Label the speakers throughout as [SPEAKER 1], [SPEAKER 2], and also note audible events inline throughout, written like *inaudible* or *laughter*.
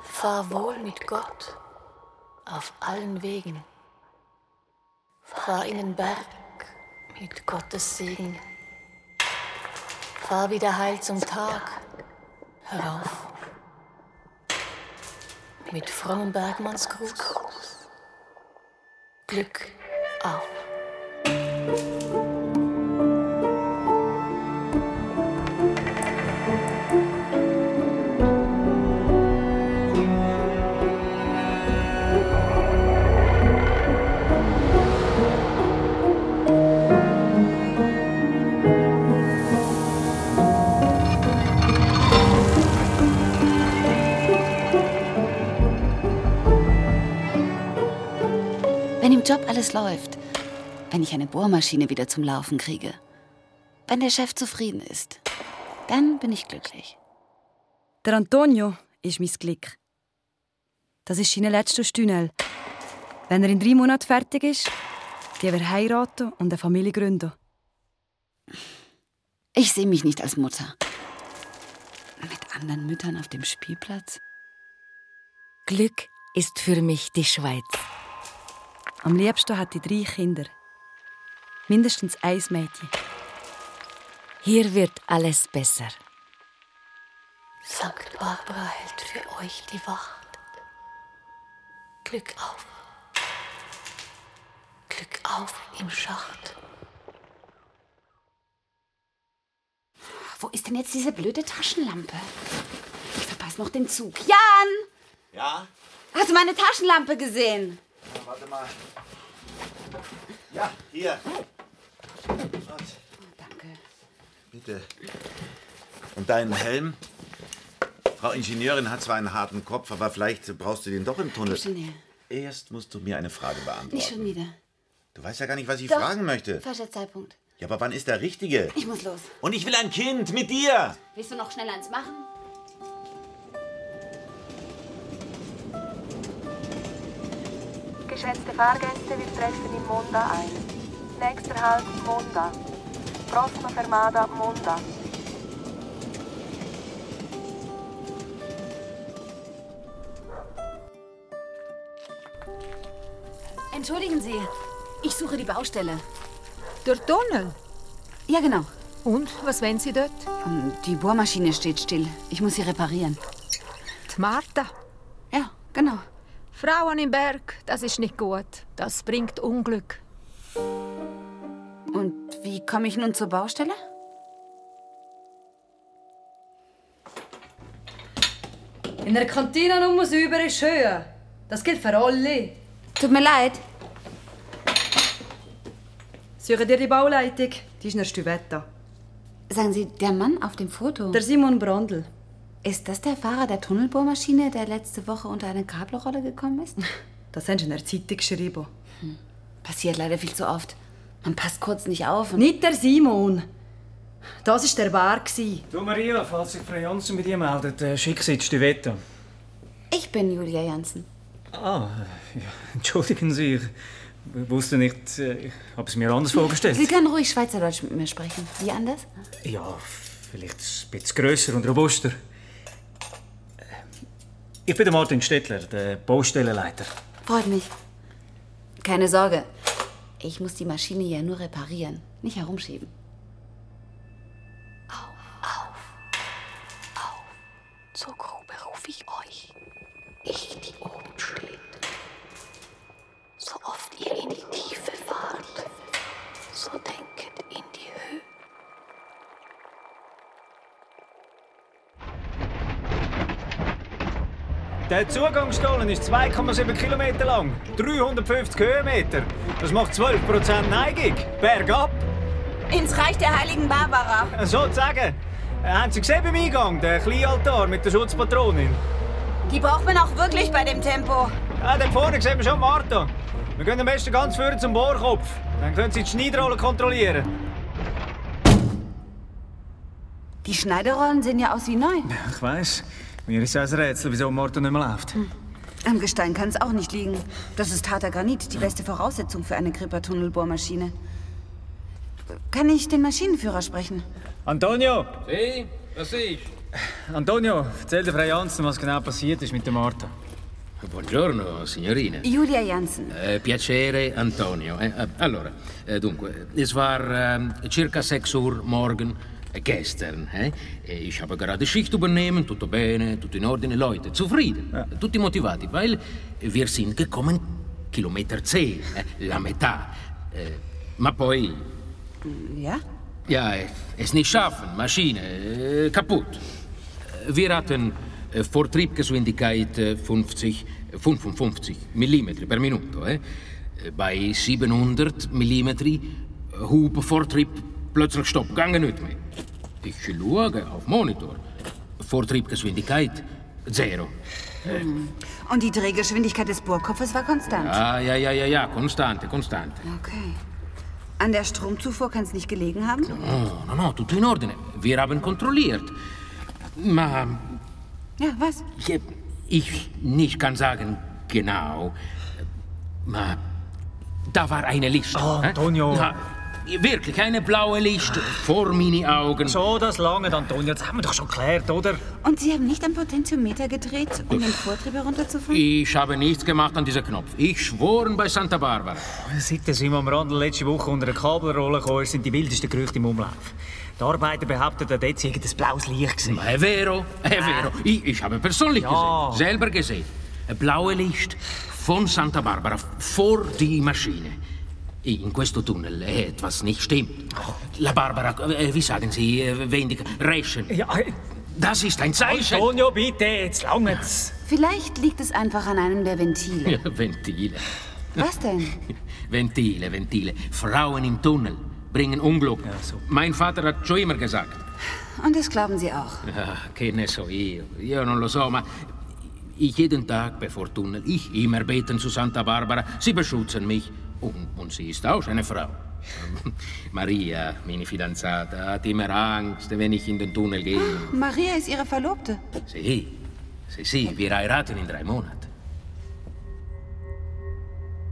[SPEAKER 1] Fahr wohl mit Gott auf allen Wegen. Fahr in den Berg mit Gottes Segen. Fahr wieder heil zum Tag herauf. Mit frommem Bergmannsgruß. Glück auf.
[SPEAKER 2] Wenn im Job alles läuft, wenn ich eine Bohrmaschine wieder zum Laufen kriege, wenn der Chef zufrieden ist, dann bin ich glücklich.
[SPEAKER 3] Der Antonio ist mein Glück. Das ist sein letztes Tunnel. Wenn er in drei Monaten fertig ist, gehen wir heiraten und eine Familie gründen.
[SPEAKER 2] Ich sehe mich nicht als Mutter. Mit anderen Müttern auf dem Spielplatz?
[SPEAKER 4] Glück ist für mich die Schweiz.
[SPEAKER 3] Am liebsten hat die drei Kinder. Mindestens ein Mädchen.
[SPEAKER 4] Hier wird alles besser.
[SPEAKER 1] Sankt Barbara hält für euch die Wacht. Glück auf. Glück auf im Schacht.
[SPEAKER 2] Wo ist denn jetzt diese blöde Taschenlampe? Ich verpasse noch den Zug. Jan!
[SPEAKER 5] Ja?
[SPEAKER 2] Hast du meine Taschenlampe gesehen?
[SPEAKER 5] Na, warte mal. Ja, hier. Und
[SPEAKER 2] Danke.
[SPEAKER 5] bitte. Und deinen Helm? Frau Ingenieurin hat zwar einen harten Kopf, aber vielleicht brauchst du den doch im Tunnel.
[SPEAKER 2] Schnell.
[SPEAKER 5] Erst musst du mir eine Frage
[SPEAKER 2] Nicht schon
[SPEAKER 5] beantworten.
[SPEAKER 2] wieder.
[SPEAKER 5] Du weißt ja gar nicht, was ich
[SPEAKER 2] Doch.
[SPEAKER 5] fragen möchte.
[SPEAKER 2] Falscher Zeitpunkt.
[SPEAKER 5] Ja, aber wann ist der richtige?
[SPEAKER 2] Ich muss los.
[SPEAKER 5] Und ich will ein Kind mit dir.
[SPEAKER 2] Willst du noch schnell eins machen?
[SPEAKER 6] Geschätzte Fahrgäste, wir treffen in Monda ein. Nächster Halt Monda. Prossima Fermata Monda.
[SPEAKER 2] Entschuldigen Sie. Ich suche die Baustelle.
[SPEAKER 7] Der Tunnel.
[SPEAKER 2] Ja, genau.
[SPEAKER 7] Und was wollen Sie dort?
[SPEAKER 2] Die Bohrmaschine steht still. Ich muss sie reparieren.
[SPEAKER 7] Die Martha.
[SPEAKER 2] Ja, genau.
[SPEAKER 7] Frauen im Berg, das ist nicht gut. Das bringt Unglück.
[SPEAKER 2] Und wie komme ich nun zur Baustelle?
[SPEAKER 3] In der Kantine Nummer 7 ist höher. Das gilt für alle.
[SPEAKER 2] Tut mir leid.
[SPEAKER 3] Suche dir die Bauleitung. Die ist in der Stuvetta.
[SPEAKER 2] Sagen Sie, der Mann auf dem Foto,
[SPEAKER 3] Der Simon Brandl.
[SPEAKER 2] ist das der Fahrer der Tunnelbohrmaschine, der letzte Woche unter eine Kabelrolle gekommen ist?
[SPEAKER 3] *laughs* Das haben sie in der Zeitung geschrieben.
[SPEAKER 8] Hm.
[SPEAKER 2] Passiert leider viel zu oft. Man passt kurz nicht auf und
[SPEAKER 3] Nicht der Simon. Das ist der Bär. gsi.
[SPEAKER 9] Du Maria, falls sich Frau Janssen bei dir meldet, äh, schick sie ins Duetto.
[SPEAKER 2] ich bin Julia Jansen.
[SPEAKER 9] Ah, äh, ja, *laughs* entschuldigen Sie, ich w- wusste nicht, äh, ich habe es mir anders
[SPEAKER 2] Sie
[SPEAKER 9] vorgestellt.
[SPEAKER 2] können ruhig Schweizerdeutsch mit mir sprechen. Wie anders?
[SPEAKER 9] Ja, vielleicht ein bisschen grösser und robuster. Äh, Ich bin der Martin Stettler, der Baustellenleiter.
[SPEAKER 2] Freut mich. Keine Sorge. Ich muss die Maschine ja nur reparieren, nicht herumschieben.
[SPEAKER 1] Zur Grube ruf ich euch, ich, die oben steht. So oft ihr in die Tiefe fahrt, so denket in die Höhe.
[SPEAKER 9] Der Zugangsstollen ist 2,7 Kilometer lang, 350 Höhenmeter. Das macht 12% Neigung. Bergab.
[SPEAKER 10] Ins Reich der heiligen Barbara.
[SPEAKER 9] Sozusagen. Äh, Haben Sie gesehen beim Eingang, der Kleinaltar mit der Schutzpatronin?
[SPEAKER 10] Die braucht man auch wirklich bei dem Tempo.
[SPEAKER 9] Ah, dort vorne sehen wir schon Marta. Wir gehen am besten ganz vorne zum Bohrkopf. Dann können Sie die Schneidrolle kontrollieren.
[SPEAKER 2] Die Schneiderrollen sehen ja aus wie neu.
[SPEAKER 9] Ich weiss. Mir ist auch ein Rätsel, wieso Marta nicht mehr läuft.
[SPEAKER 2] Am Gestein kann es auch nicht liegen. Das ist harter Granit, die beste Voraussetzung für eine Grippertunnelbohrmaschine. Kann ich den Maschinenführer sprechen?
[SPEAKER 9] Antonio!
[SPEAKER 11] Was ist?
[SPEAKER 9] Antonio, erzähl der Frau Janssen, was genau passiert ist mit der Marta.
[SPEAKER 11] Buongiorno, signorina.
[SPEAKER 8] Julia Jansen.
[SPEAKER 11] Eh, piacere Antonio. Eh, eh, allora, eh, dunque, es war ähm, circa 6 Uhr morgen äh, gestern. Eh? Eh, Ich habe gerade Schicht übernehmen, tutto bene, tutto in ordine, Leute, zufrieden, eh, tutti motivati, weil wir sind gekommen Kilometer 10, eh, la metà. Eh, ma poi,
[SPEAKER 8] Ja?
[SPEAKER 11] ja, eh, es nicht schaffen, Maschine, eh, kaputt. Wir hatten äh, Vortriebgeschwindigkeit äh, 50, äh, 55 mm per Minuto. Eh? Äh, Bei 700 mm Hub Vortrieb plötzlich stopp, gange nicht mehr. Ich schaue auf Monitor. Vortriebgeschwindigkeit zero.
[SPEAKER 8] Hm. Und die Drehgeschwindigkeit des Bohrkopfes war konstant.
[SPEAKER 11] Ah, ja, ja, ja, ja, konstante, konstante.
[SPEAKER 8] Okay. An der Stromzufuhr kann es nicht gelegen haben?
[SPEAKER 11] Oh, No, no, no, tutto in ordine. Wir haben kontrolliert. Ma
[SPEAKER 8] Ja, was?
[SPEAKER 11] Ja, Ich nicht kann sagen genau. Ma, da war eine Licht. Oh,
[SPEAKER 9] Antonio.
[SPEAKER 11] Na, wirklich, eine blaue Licht vor meinen Augen.
[SPEAKER 9] So, das lange, Antonio. Das haben wir doch schon geklärt, oder?
[SPEAKER 8] Und Sie haben nicht am Potentiometer gedreht, um den Vortrieb herunterzufahren?
[SPEAKER 11] Ich habe nichts gemacht an diesem Knopf. Ich schworen bei Santa Barbara.
[SPEAKER 9] Seit der Simon Brandl letzte Woche unter eine Kabelrolle gekommen ist, sind die wildesten Gerüchte im Umlauf. Die Arbeiter behaupten, dass jetzt irgendein blaues Licht Äh? gesehen.
[SPEAKER 11] È vero, è vero. Ich, ich habe persönlich
[SPEAKER 9] Ja.
[SPEAKER 11] gesehen, selber gesehen. Ein blaue Licht von Santa Barbara vor die Maschine. In questo tunnel è etwas nicht stimmt. La Barbara, äh, wie sagen Sie, äh, wendig, Reschen. Das ist ein Zeichen.
[SPEAKER 9] äh, Antonio, bitte, jetzt langet's.
[SPEAKER 8] Vielleicht liegt es einfach an einem der Ventile.
[SPEAKER 11] Ja, Ventile.
[SPEAKER 8] Was denn?
[SPEAKER 11] *laughs* Ventile, Ventile. Frauen im Tunnel bringen Unglück. Mein Vater hat schon immer gesagt.
[SPEAKER 8] Und das glauben Sie auch.
[SPEAKER 11] Ah, che ne so io, io non lo so, ma ich jeden Tag bevor Tunnel, ich immer beten zu Santa Barbara, sie beschützen mich. Und, und sie ist auch eine ne Frau. *laughs* Maria, meine Fidanzata, hat immer Angst, wenn ich in den Tunnel gehe.
[SPEAKER 1] Ah.
[SPEAKER 8] Maria ist Ihre Verlobte.
[SPEAKER 11] Sì, sì, sì, wir heiraten in drei Monaten.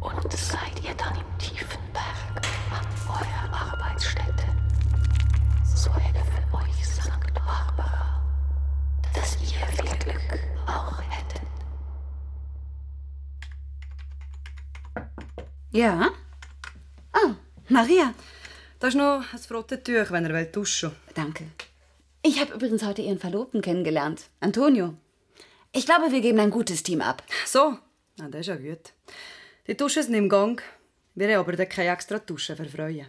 [SPEAKER 1] Und seid ihr dann im tiefen Berg an eurer Arbeitsstätte? So helfe euch St. Barbara, dass ihr viel Glück auch hättet.
[SPEAKER 3] Ja?
[SPEAKER 2] Oh,
[SPEAKER 3] Ah, Maria. Da ist noch ein frottes Tuch, wenn er duschen will.
[SPEAKER 2] Danke. Ich habe übrigens heute Ihren Verlobten kennengelernt, Antonio. Ich glaube, wir geben ein gutes Team ab.
[SPEAKER 3] So, na, das ist ja gut. Die Duschen sind im Gang. Wir haben aber dann keine extra Duschen für Freuen.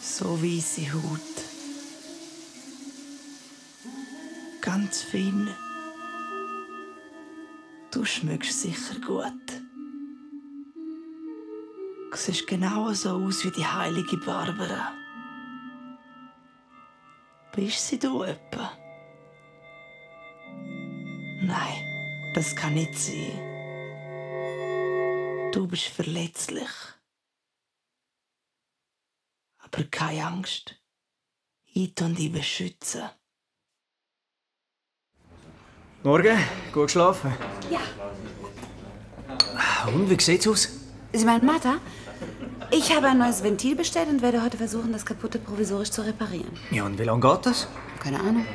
[SPEAKER 12] So weiße Haut. Ganz fein. Du schmeckst sicher gut. Du siehst genau so aus wie die heilige Barbara. Bist sie du etwa? Nein, das kann nicht sein. Du bist verletzlich. Aber keine Angst. Ich und dich beschützen.
[SPEAKER 9] Morgen, gut geschlafen. Ah,
[SPEAKER 2] Ja.
[SPEAKER 9] Und wie sieht's aus?
[SPEAKER 2] Sie meinen Martha? Ich habe ein neues Ventil bestellt und werde heute versuchen, das kaputte provisorisch zu reparieren.
[SPEAKER 9] Ja, und wie lange geht das?
[SPEAKER 2] Keine Ahnung.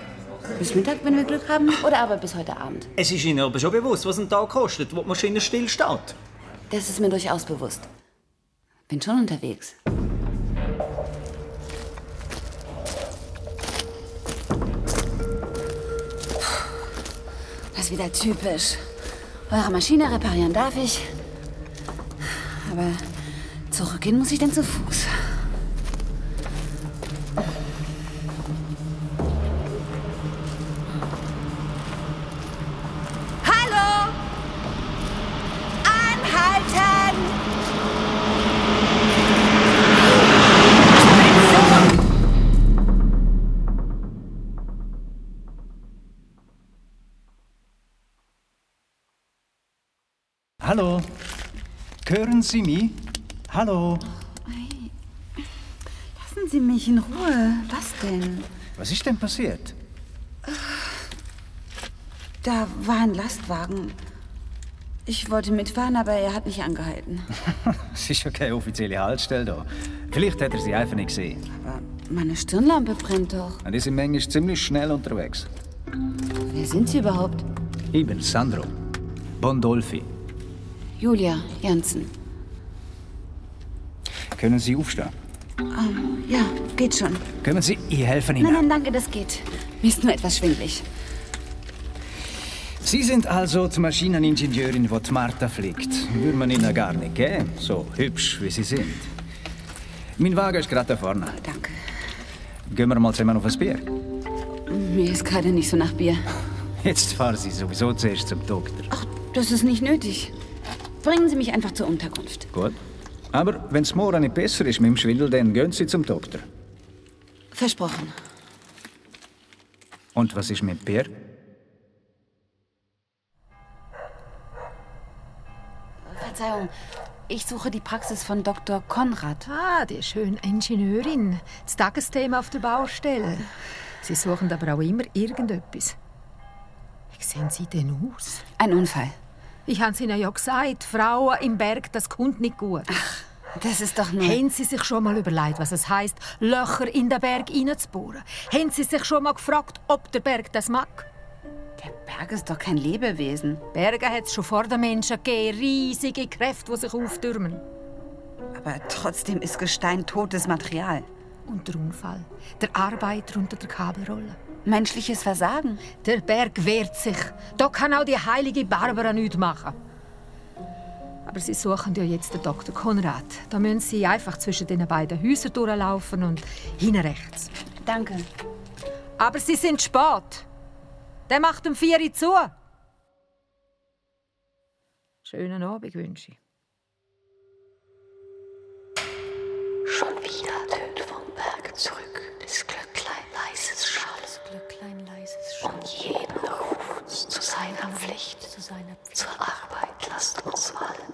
[SPEAKER 2] Bis Mittag, wenn wir Glück haben, oder aber bis heute Abend.
[SPEAKER 9] Es ist Ihnen aber schon bewusst, was ein Tag kostet, wo die Maschine stillsteht.
[SPEAKER 2] Das ist mir durchaus bewusst. Bin schon unterwegs. Das ist wieder typisch. Eure Maschine reparieren darf ich. Aber zurückgehen muss ich dann zu Fuß.
[SPEAKER 10] Hallo! Anhalten!
[SPEAKER 13] Hallo. Hören Sie mich? Hallo.
[SPEAKER 2] Lassen Sie mich in Ruhe. Was denn?
[SPEAKER 13] Was ist denn passiert?
[SPEAKER 2] Da war ein Lastwagen.
[SPEAKER 8] Ich wollte mitfahren, aber er hat mich angehalten.
[SPEAKER 13] Es ist ja keine offizielle Haltestelle da. Vielleicht hat er sie einfach nicht gesehen.
[SPEAKER 2] Meine Stirnlampe brennt doch.
[SPEAKER 13] Und die sind manchmal ziemlich schnell unterwegs.
[SPEAKER 2] Wer sind Sie überhaupt?
[SPEAKER 13] Ich bin Sandro. Bondolfi.
[SPEAKER 2] Julia Jansen.
[SPEAKER 13] Können Sie aufstehen?
[SPEAKER 2] Ähm, ja, geht schon.
[SPEAKER 13] Können Sie? Ich helfe Ihnen.
[SPEAKER 2] Nein, nein, danke, das geht. Mir ist nur etwas schwindlig.
[SPEAKER 13] Sie sind also die Maschineningenieurin, die die Marta fliegt. Würde man Ihnen gar nicht geben, so hübsch wie Sie sind. Mein Wagen ist gerade da vorne.
[SPEAKER 2] danke.
[SPEAKER 13] Gehen wir mal zusammen auf ein Bier.
[SPEAKER 2] Mir ist gerade nicht so nach Bier.
[SPEAKER 13] Jetzt fahren Sie sowieso zuerst zum Doktor.
[SPEAKER 2] Das ist nicht nötig. Bringen Sie mich einfach zur Unterkunft.
[SPEAKER 13] Gut. Aber wenn es morgen nicht besser ist mit dem Schwindel, dann gehen Sie zum Doktor.
[SPEAKER 2] Versprochen.
[SPEAKER 13] Und was ist mit Bier?
[SPEAKER 2] Verzeihung, ich suche die Praxis von Dr. Konrad.
[SPEAKER 7] Ah, die schöne Ingenieurin. Das Tagesthema auf der Baustelle. Sie suchen aber auch immer irgendetwas. Wie sehen Sie denn aus?
[SPEAKER 2] Ein Unfall.
[SPEAKER 7] Ich habe es Ihnen ja gesagt, Frauen im Berg, das kommt nicht gut. Ach,
[SPEAKER 2] das ist doch nur...
[SPEAKER 7] Haben Sie sich schon mal überlegt, was es heißt, Löcher in den Berg hineinzubohren? Haben Sie sich schon mal gefragt, ob der Berg das mag?
[SPEAKER 2] Berg ist doch kein Lebewesen.
[SPEAKER 7] Berge hat es schon vor den Menschen gegeben, riesige Kräfte, die sich auftürmen.
[SPEAKER 8] Aber trotzdem ist Gestein totes Material.
[SPEAKER 7] Und der Unfall. Der Arbeiter unter der Kabelrolle.
[SPEAKER 2] Menschliches Versagen.
[SPEAKER 7] Der Berg wehrt sich. Da kann auch die heilige Barbara nichts machen. Aber sie suchen ja jetzt den Dr. Konrad. Da müssen sie einfach zwischen den beiden Häusern durchlaufen und hinten rechts.
[SPEAKER 2] Danke.
[SPEAKER 7] Aber sie sind spät. Der macht um 4 Uhr zu. Schönen Abend wünsche ich.
[SPEAKER 1] Schon wieder tönt vom Berg zurück des Glöcklein leises Schall. Um jeden Ruf zu seiner Pflicht, zur Arbeit lasst uns wallen.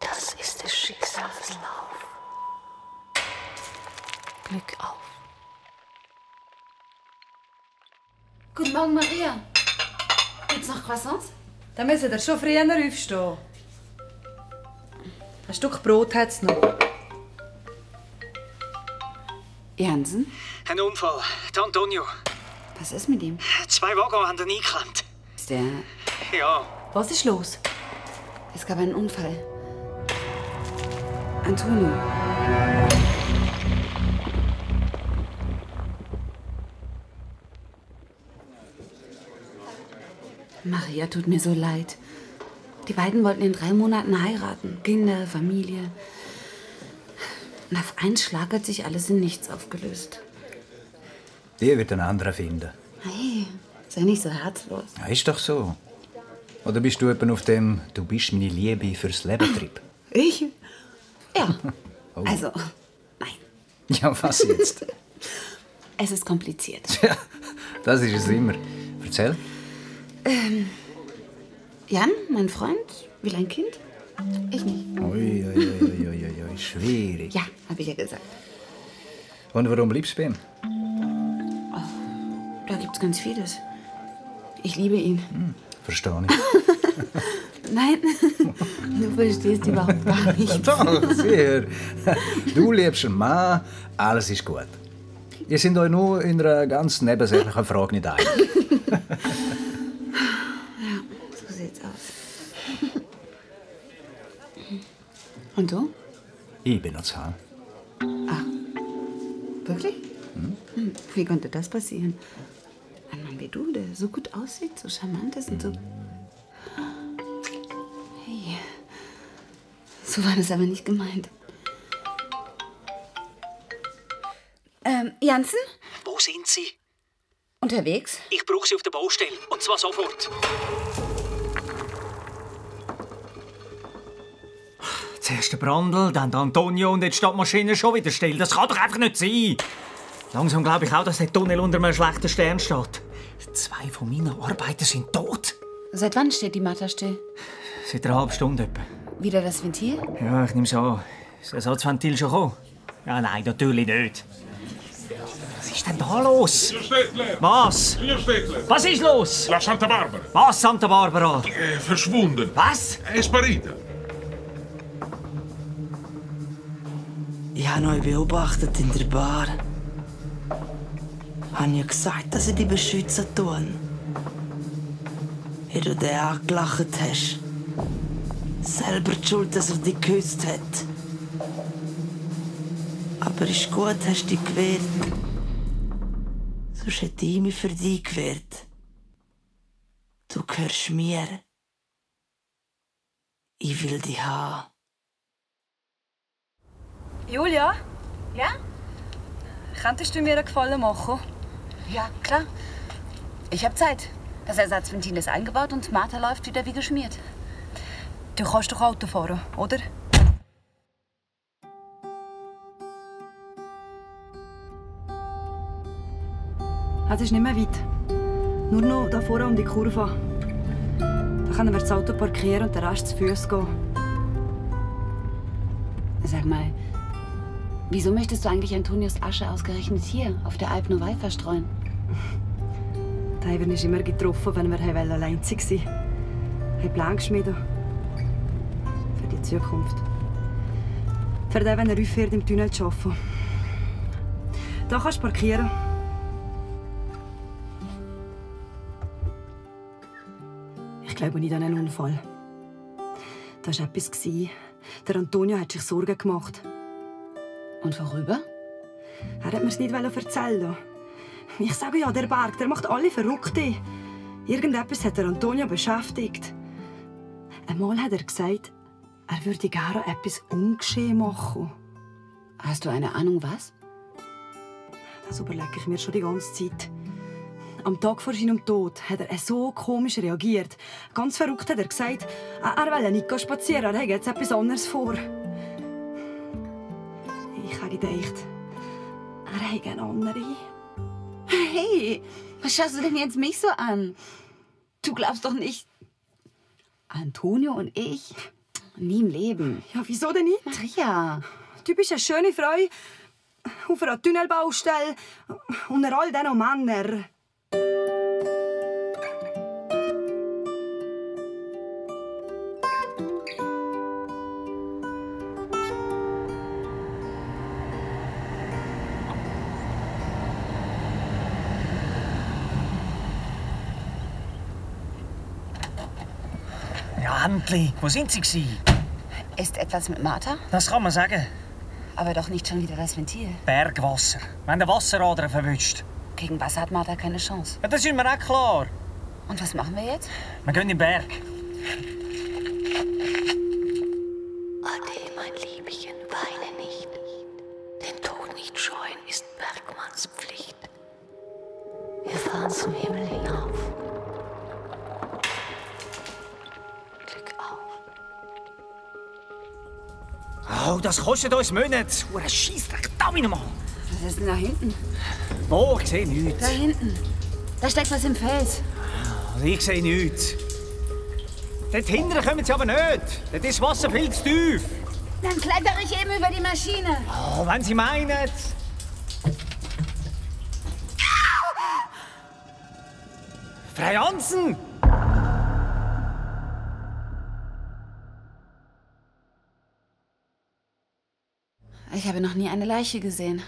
[SPEAKER 1] Das ist des Schicksals Lauf. Glück auf.
[SPEAKER 2] Guten Morgen, Maria. Gibt's noch Croissants?
[SPEAKER 3] Da müssen wir schon früher aufstehen. Ein Stück Brot hat es noch.
[SPEAKER 2] Jansen?
[SPEAKER 14] Ein Unfall. Der Antonio.
[SPEAKER 2] Was ist mit ihm?
[SPEAKER 14] Zwei Wagen haben ihn eingeklemmt.
[SPEAKER 2] Ist der.
[SPEAKER 14] Ja.
[SPEAKER 2] Was ist los? Es gab einen Unfall. Antonio. Maria tut mir so leid. Die beiden wollten in drei Monaten heiraten. Kinder, Familie. Und auf einen Schlag hat sich alles in nichts aufgelöst.
[SPEAKER 13] Die wird einen anderen finden.
[SPEAKER 2] Hey, sei nicht so herzlos.
[SPEAKER 13] Ja, ist doch so. Oder bist du eben auf dem Du bist meine Liebe fürs *laughs* Leben-Trip?
[SPEAKER 2] Ich? Ja.
[SPEAKER 13] *laughs* Oh.
[SPEAKER 2] Also,
[SPEAKER 13] Ja, was jetzt?
[SPEAKER 2] *laughs* es ist kompliziert.
[SPEAKER 13] *laughs* Ja, das ist es immer. Erzähl.
[SPEAKER 2] Ähm, Jan, mein Freund, will ein Kind? Ich nicht.
[SPEAKER 13] Ui, ui, ui, ui, ui, ui, schwierig.
[SPEAKER 2] Ja, habe ich ja gesagt.
[SPEAKER 13] Und warum bleibst du bei ihm?
[SPEAKER 2] Oh, Da gibt's ganz vieles. Ich liebe ihn.
[SPEAKER 13] Hm. Verstehe nicht.
[SPEAKER 2] Nein, *laughs* du verstehst
[SPEAKER 13] *laughs*
[SPEAKER 2] überhaupt gar nichts. *laughs*
[SPEAKER 13] Doch, sehr. Du liebst einen Mann, alles ist gut. Ihr sind euch nur in einer ganz nebensächlichen Frage nicht einig.
[SPEAKER 2] Ja, so sieht's aus. *laughs* Und du?
[SPEAKER 13] Ich bin noch zu Hause.
[SPEAKER 2] Ah. Wirklich? Hm, Wie konnte das passieren? Ein Mann wie du, der so gut aussieht, so charmant ist und so. Hey. So war das aber nicht gemeint. Ähm, Jansen?
[SPEAKER 14] Wo sind Sie?
[SPEAKER 2] Unterwegs?
[SPEAKER 14] Ich brauche Sie auf der Baustelle. Und zwar sofort.
[SPEAKER 9] Zuerst der Brandl, dann der Antonio und jetzt steht die Maschine schon wieder still. Das kann doch einfach nicht sein. Langsam glaube ich auch, dass der Tunnel unter einem schlechten Stern steht. Zwei von meinen Arbeiter sind tot.
[SPEAKER 2] Seit wann steht die Martha still?
[SPEAKER 9] Seit einer halben Stunde etwa.
[SPEAKER 2] Wieder das Ventil?
[SPEAKER 9] Ja, ich nehme es an. Ist das Ventil schon gekommen? Ja, nein, natürlich nicht. Was ist denn da los? Was? Was ist los?
[SPEAKER 15] La Santa Barbara.
[SPEAKER 9] Was, Santa Barbara?
[SPEAKER 15] Äh, verschwunden.
[SPEAKER 9] Was?
[SPEAKER 15] È sparita.
[SPEAKER 12] Ich habe euch beobachtet in der Bar. Haben ja gesagt, dass ich die beschützen tun. Wie du den angelacht hast. Selber die Schuld, dass er dich geküsst hat. Aber ist gut, hast dich gewehrt. Sonst hätte ich mich für dich gewehrt. Du gehörst mir. Ich will dich haben.
[SPEAKER 3] Julia,
[SPEAKER 6] Ja?
[SPEAKER 3] könntest du mir einen Gefallen machen?
[SPEAKER 8] Ja, klar. Ich habe Zeit. Das Ersatzventil ist eingebaut und Martha läuft wieder wie geschmiert.
[SPEAKER 3] Du kannst doch Auto fahren, oder? Es ist nicht mehr weit. Nur noch da vorne um die Kurve. Da können wir das Auto parkieren und den Rest zu Fuß gehen.
[SPEAKER 2] Sag mal, wieso möchtest du eigentlich Antonius Asche ausgerechnet hier auf der Alp Novae verstreuen?
[SPEAKER 3] Die haben uns immer getroffen, wenn wir haben allein waren. Sie haben Pläne geschmiedet. Für die Zukunft. Für den, wenn er aufhört, im Tunnel zu arbeiten. Da kannst du parkieren. Ich glaube nicht an einen Unfall. Das war etwas. Der Antonio hat sich Sorgen gemacht. Und worüber? Er hat mir es nicht erzählen wollen. Ich sage ja, der Berg, der macht alle Verrückte. Irgendetwas hat der Antonio beschäftigt. Einmal hat er gesagt, er würde gerne etwas ungeschehen machen. Hast du eine Ahnung, was? Das überlege ich mir schon die ganze Zeit. Am Tag vor seinem Tod hat er so komisch reagiert. Ganz verrückt hat er gesagt, er er wolle nicht spazieren, er habe jetzt etwas anderes vor. Ich habe gedacht, er habe eine andere.
[SPEAKER 8] Hey, was schaust du denn jetzt mich so an? Du glaubst doch nicht.
[SPEAKER 2] Antonio und ich? Nie im Leben.
[SPEAKER 3] Hm. Ja, wieso denn nicht?
[SPEAKER 2] Maria.
[SPEAKER 3] Du bist eine schöne Frau auf einer Tunnelbaustelle unter all diesen Männern.
[SPEAKER 14] Ja, endlich. Wo sind sie gewesen?
[SPEAKER 8] Ist etwas mit Martha?
[SPEAKER 14] Das kann man sagen.
[SPEAKER 8] Aber doch nicht schon wieder das Ventil.
[SPEAKER 14] Bergwasser. Wenn der Wasserader verwischt.
[SPEAKER 8] Gegen Wasser hat Martha keine Chance.
[SPEAKER 14] Ja, das ist mir auch klar.
[SPEAKER 8] Und was machen wir jetzt?
[SPEAKER 14] Wir gehen in den Berg.
[SPEAKER 1] Ade, mein Liebchen, weine nicht. Den Tod nicht scheuen ist Bergmanns Pflicht. Wir fahren zum Himmel hinauf. Glück auf.
[SPEAKER 9] Oh, das kostet uns Monate. Hure Scheissdreck, da bin ich mal.
[SPEAKER 2] Was ist denn da hinten?
[SPEAKER 9] Oh, ich sehe nichts.
[SPEAKER 2] Da hinten. Da steckt was im Fels.
[SPEAKER 9] Also ich sehe nichts. Dort hinten kommen sie aber nicht. Dort ist das Wasser viel zu tief.
[SPEAKER 8] Dann kletter ich eben über die Maschine.
[SPEAKER 9] Oh, wenn sie meinen. Frau Jansen!
[SPEAKER 2] Ich habe noch nie eine Leiche gesehen.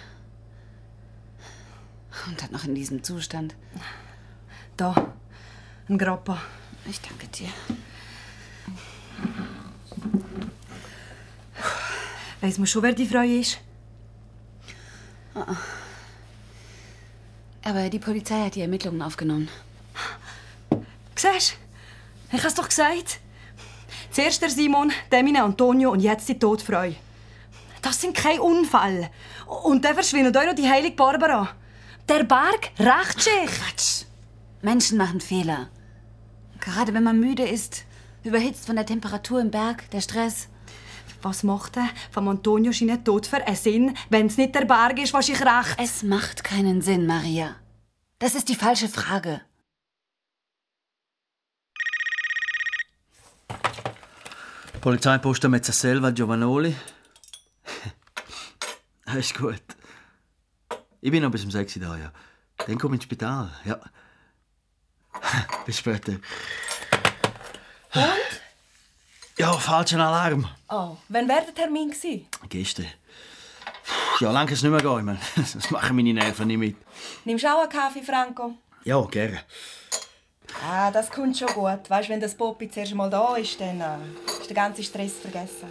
[SPEAKER 2] Und dann noch in diesem Zustand.
[SPEAKER 3] Da, ein Grappa.
[SPEAKER 2] Ich danke dir.
[SPEAKER 3] Weiss man schon, wer die Frau ist?
[SPEAKER 2] Ah. Aber die Polizei hat die Ermittlungen aufgenommen.
[SPEAKER 3] Siehst du? Ich hab's doch gesagt. Zuerst der Simon, dann mein Antonio und jetzt die Todfrau. Das sind kein Unfall. Und dann verschwindet auch noch die heilige Barbara. Der Berg rächt sich.
[SPEAKER 2] Quatsch. Menschen machen Fehler. Gerade wenn man müde ist, überhitzt von der Temperatur im Berg, der Stress.
[SPEAKER 3] Was macht denn vom Antonio scheinen Tod für einen Sinn, wenn's nicht der Berg ist, was ich recht?
[SPEAKER 2] Es macht keinen Sinn, Maria. Das ist die falsche Frage.
[SPEAKER 16] Polizeiposten *laughs* Mezzaselva Giovanoli. ist gut. Ich bin noch bis um 6 Uhr da, ja. Dann komme ich ins Spital, ja. *laughs* bis später.
[SPEAKER 17] Und?
[SPEAKER 16] Ja, falschen Alarm.
[SPEAKER 17] Oh, wann wäre der Termin gewesen?
[SPEAKER 16] Gestern. Puh, Ja, lang kann es nicht mehr gehen, ich meine, *laughs* das machen meine Nerven nicht mit.
[SPEAKER 17] Nimmst du auch einen Kaffee, Franco?
[SPEAKER 16] Ja, gerne.
[SPEAKER 17] Ah, das kommt schon gut. Weißt, wenn das Popi zuerst mal da ist, dann äh, ist der ganze Stress vergessen.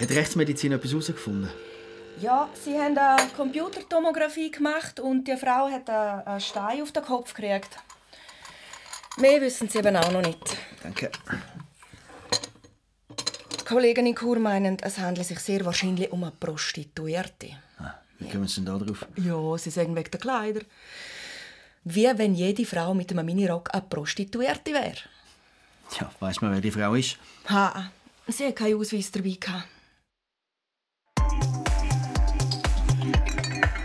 [SPEAKER 16] Hat die Rechtsmedizin etwas herausgefunden?
[SPEAKER 17] Ja, sie haben eine Computertomographie gemacht und die Frau hat einen einen Stein auf den Kopf gekriegt. Mehr wissen sie eben auch noch nicht.
[SPEAKER 16] Danke.
[SPEAKER 17] Die Kollegen in Chur meinen, es handle sich sehr wahrscheinlich um eine Prostituierte.
[SPEAKER 16] Wie kommen Sie denn da drauf?
[SPEAKER 17] Ja, sie sagen wegen der Kleider. Wie wenn jede Frau mit einem Minirock eine Prostituierte wäre.
[SPEAKER 16] Ja, weiß man, wer die Frau ist?
[SPEAKER 17] Ha, sie hat keinen Ausweis dabei. gehabt.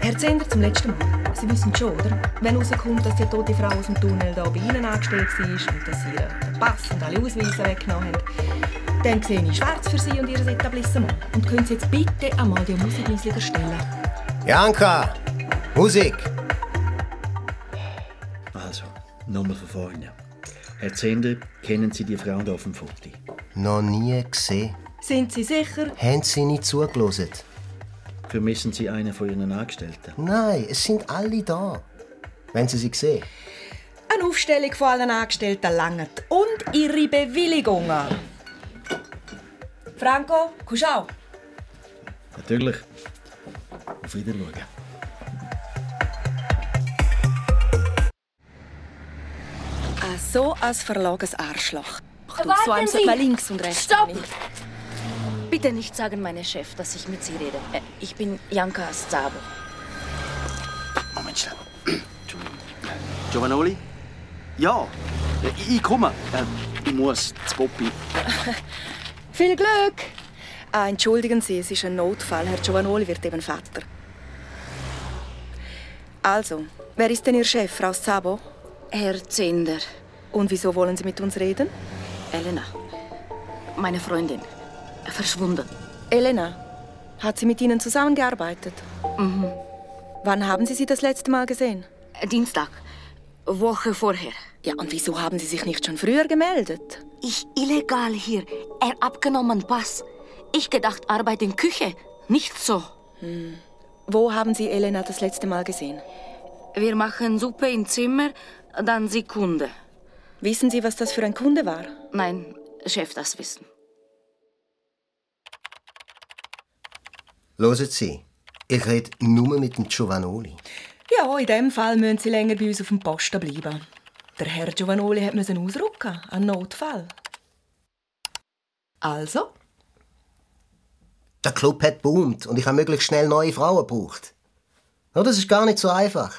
[SPEAKER 17] Herr Zender, zum letzten Mal. Sie wissen schon, oder? Wenn rauskommt, dass die tote Frau aus dem Tunnel da bei Ihnen angestellt war und dass Sie ihr den Pass und alle Ausweise weggenommen haben, dann sehe ich schwarz für Sie und Ihr Etablissement. Und können Sie jetzt bitte einmal die Musik ein bisschen stellen?
[SPEAKER 18] Janka! Musik!
[SPEAKER 16] Also, nochmal von vorne. Herr Zender, kennen Sie die Frau da auf dem Foto?
[SPEAKER 18] Noch nie gesehen.
[SPEAKER 17] Sind Sie sicher?
[SPEAKER 18] Haben Sie nicht zugelassen?
[SPEAKER 16] Vermissen Sie einen von Ihren Angestellten?
[SPEAKER 18] Nein, es sind alle da. Wenn Sie sie sehen.
[SPEAKER 17] Eine Aufstellung von allen Angestellten langt und Ihre Bewilligungen. Franco, kommst du auch?
[SPEAKER 16] Natürlich. Auf Wiedersehen.
[SPEAKER 17] Ah, so ein verlages Arschloch. Ach, du,
[SPEAKER 8] Warten
[SPEAKER 17] so einem
[SPEAKER 8] Sie!
[SPEAKER 17] sollte man links und rechts.
[SPEAKER 8] Stopp!
[SPEAKER 17] nicht.
[SPEAKER 8] Bitte nicht sagen, meine Chef, dass ich mit Sie rede. Äh, Ich bin Janka Stabo.
[SPEAKER 16] Moment schnell. Entschuldigung. Giovanoli? Ja, ich- ich komme. Äh, Ich muss zu Poppy.
[SPEAKER 17] *laughs* Viel Glück! Ah, entschuldigen Sie, es ist ein Notfall. Herr Giovanoli wird eben Vater. Also, wer ist denn Ihr Chef, Frau Sabo? Herr Zender. Und wieso wollen Sie mit uns reden?
[SPEAKER 8] Elena. Meine Freundin. Verschwunden.
[SPEAKER 17] Elena. Hat sie mit Ihnen zusammengearbeitet?
[SPEAKER 8] Mhm.
[SPEAKER 17] Wann haben Sie sie das letzte Mal gesehen?
[SPEAKER 8] Dienstag. Woche vorher.
[SPEAKER 17] Ja, und wieso haben Sie sich nicht schon früher gemeldet?
[SPEAKER 8] Ich illegal hier. Er abgenommen Pass. Ich gedacht, Arbeit in Küche. Nicht so.
[SPEAKER 17] Hm. Wo haben Sie Elena das letzte Mal gesehen?
[SPEAKER 8] Wir machen Suppe im Zimmer, dann sie Kunde.
[SPEAKER 17] Wissen Sie, was das für ein Kunde war?
[SPEAKER 8] Nein, Chef das wissen.
[SPEAKER 18] Hören Sie, ich rede nur mit dem Giovanoli.
[SPEAKER 17] Ja, in dem Fall müssen Sie länger bei uns auf dem Posten bleiben. Der Herr Giovanoli hat müssen ausrücken, an Notfall. Also?
[SPEAKER 18] Der Club hat boomt und ich habe möglichst schnell neue Frauen gebraucht. No, das ist gar nicht so einfach.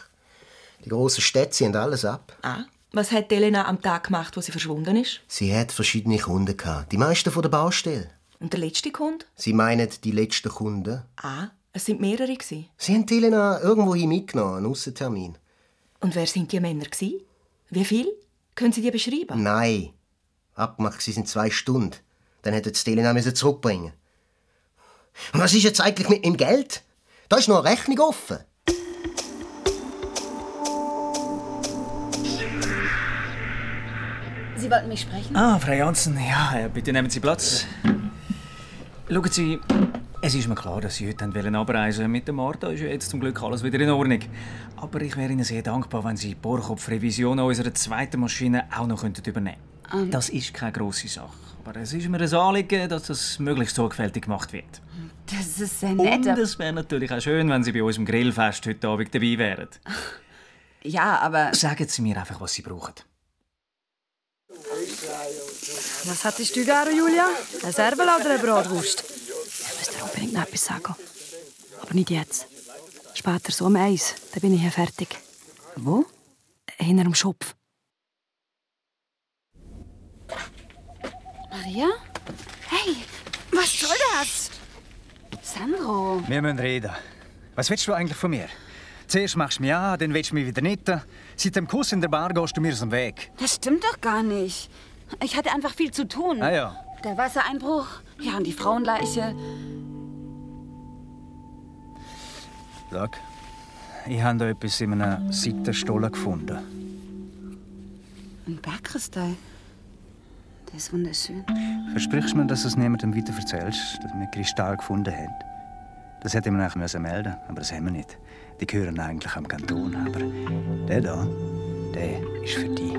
[SPEAKER 18] Die grossen Städte ziehen alles ab.
[SPEAKER 17] Ah, was hat Elena am Tag gemacht, wo sie verschwunden ist?
[SPEAKER 18] Sie hat verschiedene Kunden gehabt, die meisten von der Baustelle.
[SPEAKER 17] Und der letzte Kunde?
[SPEAKER 18] Sie meinen die letzten Kunden?
[SPEAKER 17] Ah, es sind mehrere gewesen.
[SPEAKER 18] Sie haben die Elena irgendwohin mitgenommen, einen Aussentermin.
[SPEAKER 17] Und wer sind die Männer gewesen? Wie viel? Können Sie die beschreiben?
[SPEAKER 18] Nein. Abgemacht sie sind zwei Stunden. Dann hätte die Elena müssen zurückbringen. Und was ist jetzt eigentlich mit meinem Geld? Da ist noch eine Rechnung offen.
[SPEAKER 8] Sie wollten mich sprechen?
[SPEAKER 9] Ah, Frau Janssen, ja, äh, bitte nehmen Sie Platz. Schauen Sie, es ist mir klar, dass Sie heute haben wollen abreisen wollten. Mit dem Martha ist ja jetzt zum Glück alles wieder in Ordnung. Aber ich wäre Ihnen sehr dankbar, wenn Sie die Bohrkopf-Revision an unserer zweiten Maschine auch noch könnten übernehmen könnten.
[SPEAKER 2] Ähm.
[SPEAKER 9] Das ist keine grosse Sache. Aber es ist mir ein Anliegen, dass das möglichst sorgfältig gemacht wird.
[SPEAKER 2] Das ist sehr
[SPEAKER 9] Und
[SPEAKER 2] nett.
[SPEAKER 9] es wäre natürlich auch schön, wenn Sie bei unserem Grillfest heute Abend dabei wären.
[SPEAKER 2] Ah. Ja, aber
[SPEAKER 9] Sagen Sie mir einfach, was Sie brauchen.
[SPEAKER 19] Was hattest du gerne, Julia? Ein Servel oder eine Bratwurst?
[SPEAKER 2] ich unbedingt noch etwas sagen.
[SPEAKER 19] Aber nicht jetzt. Später so um eins, dann bin ich hier fertig. Wo? Hinter dem Schopf.
[SPEAKER 2] Maria? Hey, was soll das? Sandro.
[SPEAKER 13] Wir müssen reden. Was willst du eigentlich von mir? Zuerst machst du mich an, dann willst du mich wieder nicht. Seit dem Kuss in der Bar gehst du mir aus dem Weg.
[SPEAKER 2] Das stimmt doch gar nicht. Ich hatte einfach viel zu tun.
[SPEAKER 13] Ah ja.
[SPEAKER 2] Der Wassereinbruch, ja, und die Frauenleiche.
[SPEAKER 13] Sag, Ich habe da etwas in einem Seitenstollen gefunden.
[SPEAKER 2] Ein Bäckerstein. Der ist wunderschön.
[SPEAKER 13] Versprichst du mir, dass du es niemandem weiter erzählst, dass wir Kristall gefunden haben? Das hätte man eigentlich melden müssen, aber das haben wir nicht. Die gehören eigentlich am Kanton, aber der da, der ist für dich.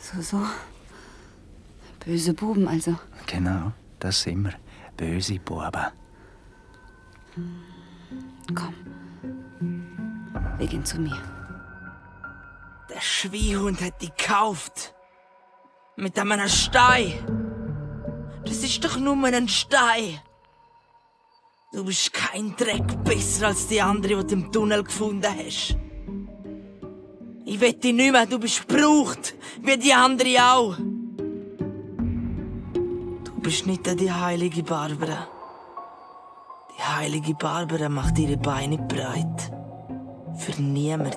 [SPEAKER 2] So, so. Böse Buben also.
[SPEAKER 13] Genau, das sind wir. Böse Buben.
[SPEAKER 2] Komm. Wir gehen zu mir.
[SPEAKER 12] Der Schwiehund hat die gekauft. Mit einem Stein. Das ist doch nur ein Stein. Du bist kein Dreck besser als die anderen, die du im Tunnel gefunden hast. Ich will dich nicht mehr, du bist gebraucht, wie die anderen auch. Du bist nicht die heilige Barbara. Die heilige Barbara macht ihre Beine breit. Für niemand.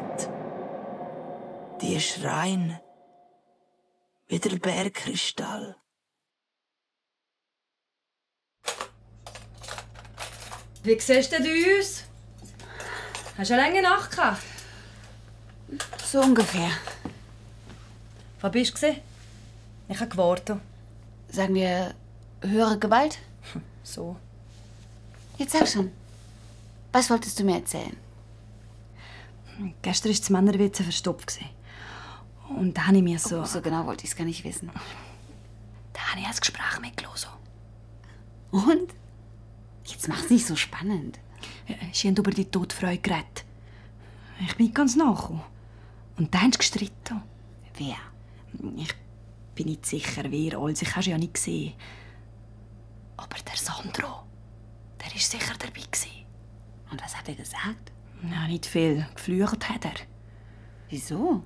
[SPEAKER 12] Die ist rein. Wie der Bergkristall.
[SPEAKER 20] Wie siehst denn du uns? Hast du eine lange Nacht gehabt?
[SPEAKER 2] So ungefähr.
[SPEAKER 20] Wo bist du? Ich habe gewartet.
[SPEAKER 2] Sagen wir höhere Gewalt?
[SPEAKER 20] *laughs* So.
[SPEAKER 2] Jetzt sag schon. Was wolltest du mir erzählen?
[SPEAKER 3] Gestern war das Männerwitze verstopft. gewesen. Und da habe ich mir so...
[SPEAKER 2] so genau wollte ich es gar nicht wissen.
[SPEAKER 3] Da habe ich ein Gespräch mitgelesen.
[SPEAKER 2] Und? Jetzt mach's nicht so spannend.
[SPEAKER 3] Äh, Sie haben über die Todfreude geredet. Ich bin nicht ganz nachgekommen. Und dann haben sie gestritten.
[SPEAKER 2] Wer?
[SPEAKER 3] Ich bin nicht sicher, wer alles. Ich habe sie ja nicht gesehen. Aber der Sandro, der war sicher dabei. Gewesen.
[SPEAKER 2] Und was hat er gesagt?
[SPEAKER 3] Ja, nicht viel. Geflucht hat er.
[SPEAKER 2] Wieso?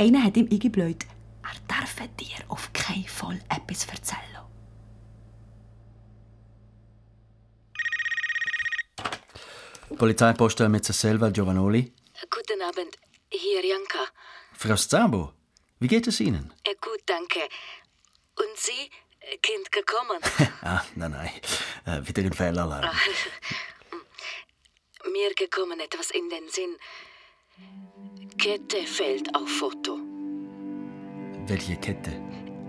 [SPEAKER 3] Einer hat ihm eingebläut, er darf dir auf keinen Fall etwas erzählen.
[SPEAKER 16] Polizeiposten Mezzaselva Giovanoli.
[SPEAKER 21] Guten Abend, hier Janka.
[SPEAKER 16] Frau Szabo, wie geht es Ihnen?
[SPEAKER 21] Äh, Gut, danke. Und Sie, äh, Kind
[SPEAKER 8] *laughs*
[SPEAKER 21] gekommen?
[SPEAKER 16] Ah, nein, nein. Äh, wieder ein Fehlalarm.
[SPEAKER 21] Ah, *laughs* Mir gekommen etwas in den Sinn. Kette fehlt auf Foto.
[SPEAKER 16] Welche Kette?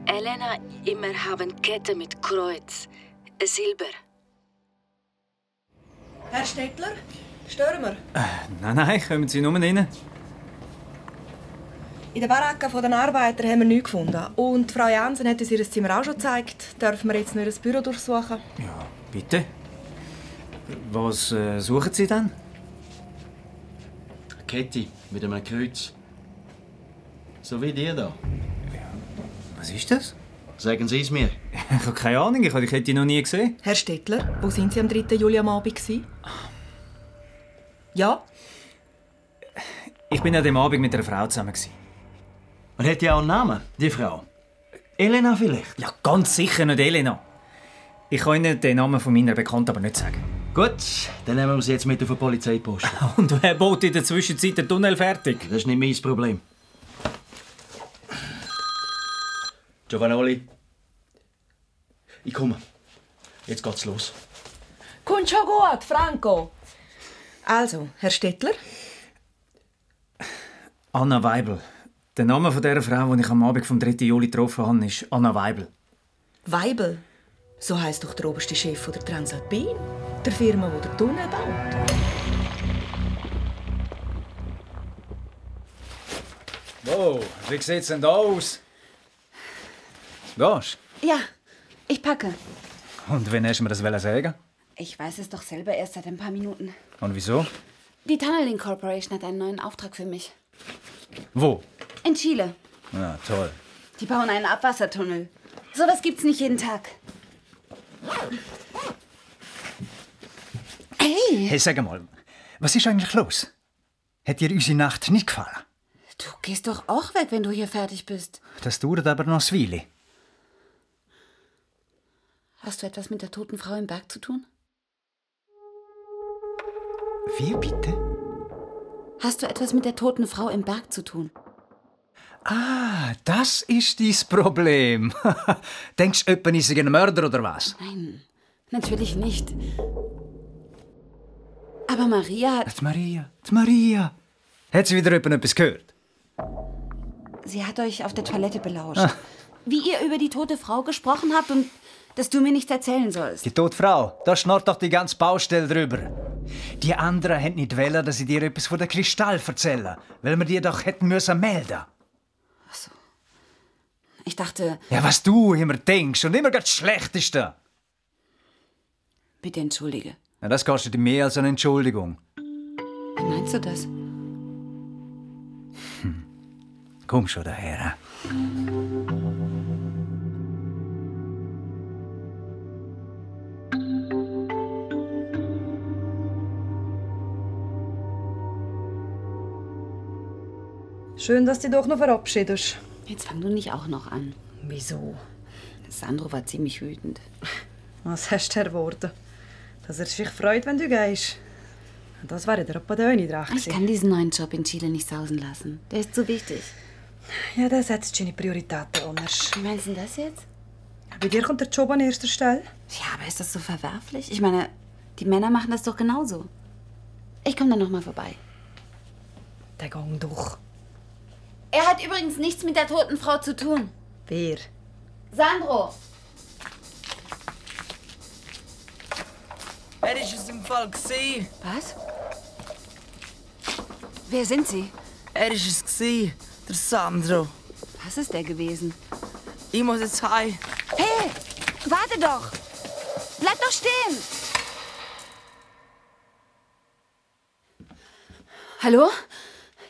[SPEAKER 21] Elena immer haben Kette mit Kreuz. Silber.
[SPEAKER 17] Herr Stettler, stören wir.
[SPEAKER 9] Nein, nein, kommen Sie nur rein.
[SPEAKER 17] In der Baracke der Arbeiter haben wir nichts gefunden. Und Frau Jansen hat uns ihr Zimmer auch schon gezeigt. Dürfen wir jetzt nur das Büro durchsuchen?
[SPEAKER 9] Bitte. Was äh, suchen Sie denn?
[SPEAKER 16] Eine Kette mit einem Kreuz. So wie die da.
[SPEAKER 9] Was ist das?
[SPEAKER 16] Sagen Sie es
[SPEAKER 9] *laughs*
[SPEAKER 16] mir.
[SPEAKER 9] Ich habe keine Ahnung, ich habe die Kette noch nie gesehen.
[SPEAKER 17] Herr Stettler, wo sind Sie am 3. Juli am Abend? gewesen? Ja?
[SPEAKER 9] Ich bin an dem Abend mit einer Frau zusammen. Gewesen.
[SPEAKER 16] Und hat ja auch einen Namen, die Frau? Elena vielleicht?
[SPEAKER 9] Ja, ganz sicher nicht Elena. Ich kann Ihnen den Namen von meiner Bekannten aber nicht sagen.
[SPEAKER 16] Gut, dann nehmen wir sie jetzt mit auf den Polizeiposten.
[SPEAKER 9] *laughs* Und wer bot in der Zwischenzeit den Tunnel fertig?
[SPEAKER 16] Das ist nicht mein Problem. Giovanoli. Ich komme. Jetzt geht's los.
[SPEAKER 17] Kommt schon gut, Franco. Also, Herr Stettler,
[SPEAKER 9] Anna Weibel. Der Name von dieser Frau, die ich am Abend vom 3. Juli getroffen habe, ist Anna Weibel.
[SPEAKER 17] Weibel. So heißt doch der oberste Chef von der Transalpin, der Firma, die den Tunnel *laughs* baut.
[SPEAKER 13] Wow, wie sieht's denn da aus? Gehst
[SPEAKER 2] Ja, ich packe.
[SPEAKER 13] Und wen hast du mir das wollen sagen?
[SPEAKER 2] Ich weiß es doch selber erst seit ein paar Minuten.
[SPEAKER 13] Und wieso?
[SPEAKER 2] Die Tunneling Corporation hat einen neuen Auftrag für mich.
[SPEAKER 13] Wo?
[SPEAKER 2] In Chile.
[SPEAKER 13] Na, toll.
[SPEAKER 2] Die bauen einen Abwassertunnel. Sowas gibt's nicht jeden Tag. Hey,
[SPEAKER 13] Hey, sag mal, was ist eigentlich los? Hat dir unsere Nacht nicht gefallen?
[SPEAKER 2] du gehst doch auch weg, wenn du hier fertig bist.
[SPEAKER 13] Das dauert aber noch eine Weile.
[SPEAKER 2] Hast du etwas mit der toten Frau im Berg zu tun?
[SPEAKER 13] Wie bitte?
[SPEAKER 2] Hast du etwas mit der toten Frau im Berg zu tun?
[SPEAKER 13] Ah, das ist dein Problem. *laughs* Denkst du, jemand ist ein Mörder oder was?
[SPEAKER 2] Nein, natürlich nicht. Aber Maria hat.
[SPEAKER 13] Die Maria, die Maria. Hat sie wieder jemand etwas gehört?
[SPEAKER 2] Sie hat euch auf der Toilette belauscht. Wie ihr über die tote Frau gesprochen habt und dass du mir nichts erzählen sollst.
[SPEAKER 13] Die tote Frau, da schnarrt doch die ganze Baustelle drüber. Die anderen hätten nicht wollen, dass ich dir etwas von der Kristall erzähle, weil wir dir doch hätten müssen melden.
[SPEAKER 2] Ich dachte,
[SPEAKER 13] Ja, was du immer denkst und immer grad das Schlechteste.
[SPEAKER 2] bitte entschuldige.
[SPEAKER 13] Na, das kostet dir mehr als eine Entschuldigung.
[SPEAKER 2] Wie meinst du das?
[SPEAKER 13] Komm schon daher.
[SPEAKER 17] Schön, dass du dich doch noch verabschiedest.
[SPEAKER 2] Jetzt fang du nicht auch noch an. Wieso? Sandro war ziemlich wütend.
[SPEAKER 17] Was hast du erwartet? Dass er sich freut, wenn du gehst. Das wäre der Padeoni drauf
[SPEAKER 2] Ich kann diesen neuen Job in Chile nicht sausen lassen. Der ist zu wichtig.
[SPEAKER 17] Ja, der setzt seine Prioritäten anders.
[SPEAKER 2] Wie meinst du das jetzt?
[SPEAKER 17] Bei dir kommt der Job an erster Stelle.
[SPEAKER 2] Ja, aber ist das so verwerflich? Ich meine, die Männer machen das doch genauso. Ich komme dann nochmal vorbei.
[SPEAKER 17] Der Gang durch.
[SPEAKER 19] Er hat übrigens nichts mit der toten Frau zu tun.
[SPEAKER 17] Wer?
[SPEAKER 19] Sandro!
[SPEAKER 12] Er ist es im Fall gsi.
[SPEAKER 8] Was? Wer sind Sie?
[SPEAKER 12] Er ist es gsi, der Sandro.
[SPEAKER 8] Was ist der gewesen?
[SPEAKER 12] Ich muss jetzt heim.
[SPEAKER 19] Hey, warte doch! Bleib doch stehen!
[SPEAKER 2] Hallo?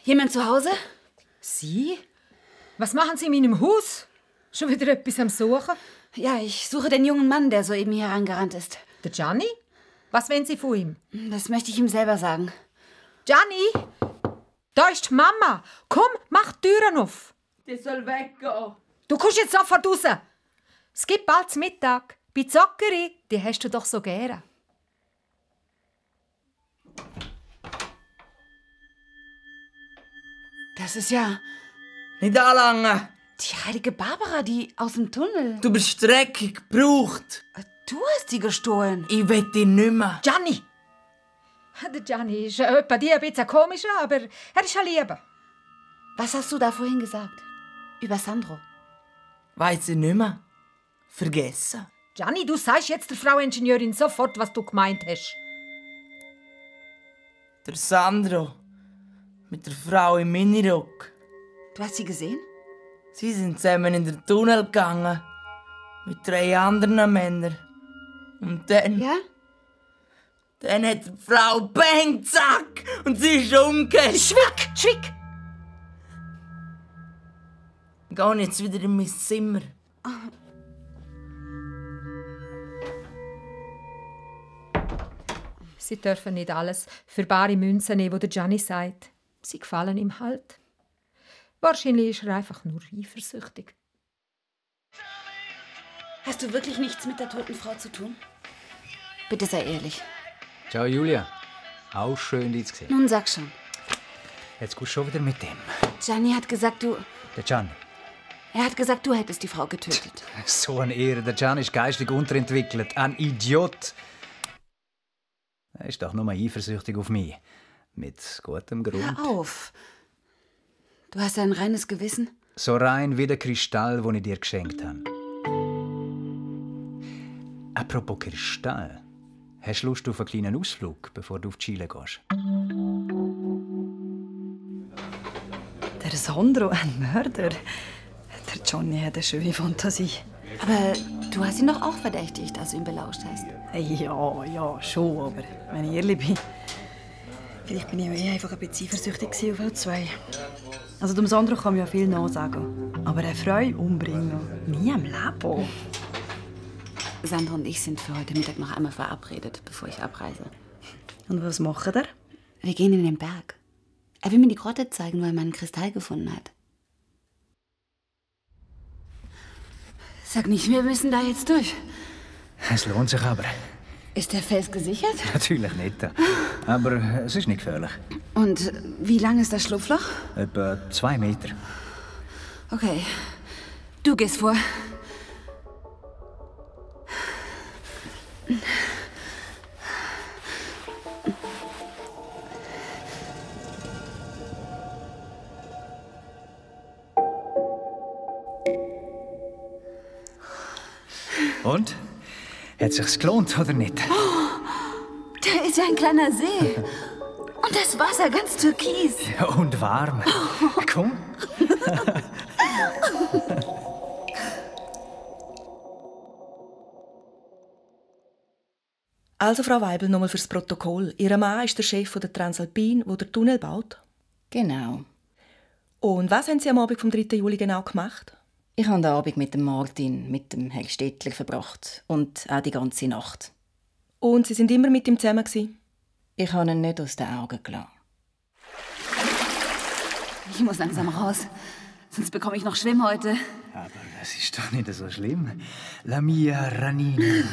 [SPEAKER 2] Jemand zu Hause?
[SPEAKER 7] Sie? Was machen Sie in meinem Haus? Schon wieder etwas am Suchen?
[SPEAKER 2] Ja, ich suche den jungen Mann, der soeben hier herangerannt ist.
[SPEAKER 7] Der Gianni? Was wollen Sie von ihm?
[SPEAKER 2] Das möchte ich ihm selber sagen.
[SPEAKER 7] Gianni? Da ist die Mama. Komm, mach die Türen auf.
[SPEAKER 10] Die soll weggehen.
[SPEAKER 7] Du kommst jetzt sofort raus. Es gibt bald zum Mittag. Bei Zockeri, die hast du doch so gern.
[SPEAKER 2] Das ist ja
[SPEAKER 12] Nicht anlangen.
[SPEAKER 2] die heilige Barbara, die aus dem Tunnel.
[SPEAKER 12] Du bist dreckig, gebraucht.
[SPEAKER 2] Du hast die gestohlen.
[SPEAKER 12] Ich will dich nicht mehr.
[SPEAKER 7] Gianni! Der Gianni ist äh, etwa die ein bisschen komischer, aber er ist ein Lieber.
[SPEAKER 2] Was hast du da vorhin gesagt? Über Sandro.
[SPEAKER 12] Weiß ich nicht mehr. Vergessen.
[SPEAKER 7] Gianni, du sagst jetzt der Frau Ingenieurin sofort, was du gemeint hast.
[SPEAKER 12] Der Sandro. Mit der Frau im Minirock.
[SPEAKER 2] Du hast sie gesehen?
[SPEAKER 12] Sie sind zusammen in den Tunnel gegangen. Mit drei anderen Männern. Und dann.
[SPEAKER 2] Ja?
[SPEAKER 12] Dann hat die Frau Bang, zack! Und sie ist umgekehrt.
[SPEAKER 7] Schwick, schwick!
[SPEAKER 12] Geh jetzt wieder in mein Zimmer.
[SPEAKER 7] Sie dürfen nicht alles für bare Münzen nehmen, wo der Gianni sagt. Sie gefallen ihm halt. Wahrscheinlich ist er einfach nur eifersüchtig.
[SPEAKER 2] Hast du wirklich nichts mit der toten Frau zu tun? Bitte sei ehrlich.
[SPEAKER 13] Ciao, Julia. Auch schön, dich zu sehen.
[SPEAKER 2] Nun sag schon.
[SPEAKER 13] Jetzt kommst du schon wieder mit dem.
[SPEAKER 2] Gianni hat gesagt, du.
[SPEAKER 13] Der Can.
[SPEAKER 2] Er hat gesagt, du hättest die Frau getötet.
[SPEAKER 13] So eine Ehre. Der Can ist geistig unterentwickelt. Ein Idiot. Er ist doch nur mal eifersüchtig auf mich. Mit gutem Grund.
[SPEAKER 2] Hör auf. Du hast ein reines Gewissen?
[SPEAKER 13] So rein wie der Kristall, den ich dir geschenkt habe. Apropos Kristall. Hast du Lust auf einen kleinen Ausflug, bevor du auf Chile gehst?
[SPEAKER 3] Der Sandro, ein Mörder. Der Johnny hat eine schöne Fantasie.
[SPEAKER 2] Aber du hast ihn doch auch verdächtigt, als du ihn belauscht hast.
[SPEAKER 3] Ja, ja, schon, aber wenn ich ehrlich bin, vielleicht bin ich auch eh einfach ein bisschen eifersüchtig gewesen auf alle zwei. Also dem Sandro kann man ja viel nachsagen, aber eine Frau umbringen, nie im Leben.
[SPEAKER 2] Sandra und ich sind für heute Mittag noch einmal verabredet, bevor ich abreise.
[SPEAKER 3] Und was machen wir?
[SPEAKER 2] Wir gehen in den Berg. Er will mir die Grotte zeigen, weil man einen Kristall gefunden hat. Sag nicht, wir müssen da jetzt durch.
[SPEAKER 13] Es lohnt sich aber.
[SPEAKER 2] Ist der Fels gesichert?
[SPEAKER 13] *laughs* Natürlich nicht. Aber es ist nicht gefährlich.
[SPEAKER 2] Und wie lang ist das Schlupfloch?
[SPEAKER 13] Etwa zwei Meter.
[SPEAKER 2] Okay. Du gehst vor.
[SPEAKER 13] Und? Hat sich's gelohnt oder nicht?
[SPEAKER 2] Oh, Da ist ja ein kleiner See. Und das Wasser ganz türkis.
[SPEAKER 13] Ja, und warm. Komm.
[SPEAKER 17] Also, Frau Weibel, nochmal fürs Protokoll. Ihr Mann ist der Chef von der Transalpin, wo der Tunnel baut.
[SPEAKER 4] Genau.
[SPEAKER 17] Und was haben Sie am Abend vom 3. Juli genau gemacht?
[SPEAKER 4] Ich habe den Abend mit dem Martin, mit dem Herrn Städtler verbracht. Und auch die ganze Nacht.
[SPEAKER 17] Und Sie sind immer mit ihm zusammen gewesen?
[SPEAKER 4] Ich habe ihn nicht aus den Augen gelassen.
[SPEAKER 2] Ich muss langsam raus. Sonst bekomme ich noch Schwimm heute.
[SPEAKER 13] Aber das ist doch nicht so schlimm. La mia ranina,
[SPEAKER 2] *laughs*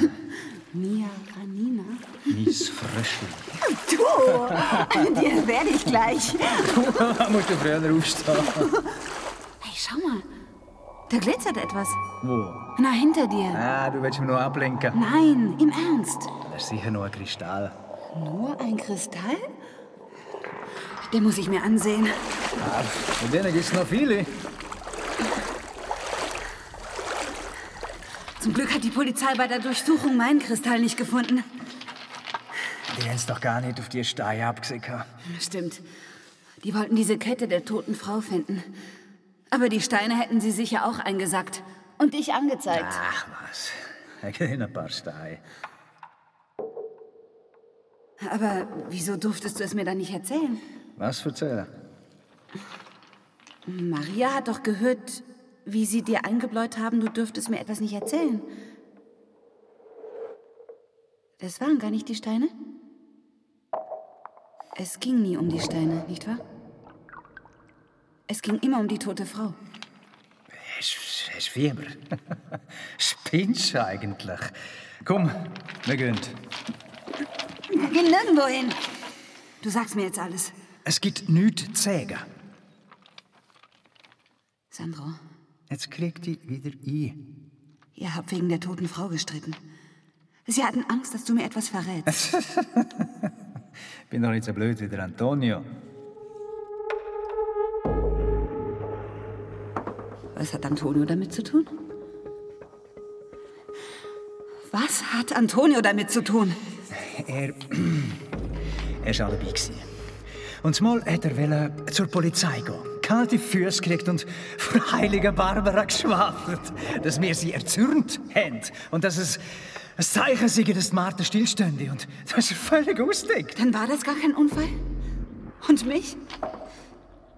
[SPEAKER 2] Mia Granina.
[SPEAKER 13] mis Fröschli.
[SPEAKER 2] Du! *laughs* An dir werde ich gleich.
[SPEAKER 13] *laughs* Musst du früher aufstehen.
[SPEAKER 2] Hey, schau mal. Da glitzert etwas.
[SPEAKER 13] Wo?
[SPEAKER 2] Na, hinter dir.
[SPEAKER 13] Ah, du willst mich noch ablenken.
[SPEAKER 2] Nein, im Ernst.
[SPEAKER 13] Das ist sicher nur ein Kristall.
[SPEAKER 2] Nur ein Kristall? Den muss ich mir ansehen.
[SPEAKER 13] Ah, von denen gibt's noch viele.
[SPEAKER 2] Zum Glück hat die Polizei bei der Durchsuchung meinen Kristall nicht gefunden.
[SPEAKER 13] Die haben's doch gar nicht auf die Steine abgesehen. gehabt.
[SPEAKER 2] Stimmt. Die wollten diese Kette der toten Frau finden. Aber die Steine hätten sie sicher auch eingesackt. Und dich angezeigt.
[SPEAKER 13] Ach was, da gehen ein paar Steine.
[SPEAKER 2] Aber wieso durftest du es mir dann nicht erzählen?
[SPEAKER 13] Was erzählen?
[SPEAKER 2] Maria hat doch gehört, wie sie dir eingebläut haben, du dürftest mir etwas nicht erzählen. Das waren gar nicht die Steine? Es ging nie um die Steine, nicht wahr? Es ging immer um die tote Frau.
[SPEAKER 13] Hast hast Fieber? *laughs* Spinnst du eigentlich? Komm, wir gehen.
[SPEAKER 2] Wir gehen nirgendwo hin. Du sagst mir jetzt alles.
[SPEAKER 13] Es gibt nichts zu sagen.
[SPEAKER 2] Sandro,
[SPEAKER 13] Jetzt krieg dich wieder ein.
[SPEAKER 2] ihr habt wegen der toten Frau gestritten. Sie hatten Angst, dass du mir etwas verrätst.
[SPEAKER 13] Bin doch nicht so blöd wie der Antonio.
[SPEAKER 2] Was hat Antonio damit zu tun? Was hat Antonio damit zu tun?
[SPEAKER 13] Er. *clears throat* er war auch dabei. Gewesen. Und mal hat er wollte zur Polizei gehen. Kalte Füße gekriegt und *laughs* vor heiliger Barbara geschwafelt, dass wir sie erzürnt haben. Und dass es ein Zeichen sei, dass die Martha stillstünde. Und das ist völlig ausdeckt.
[SPEAKER 2] Dann war das gar kein Unfall? Und mich?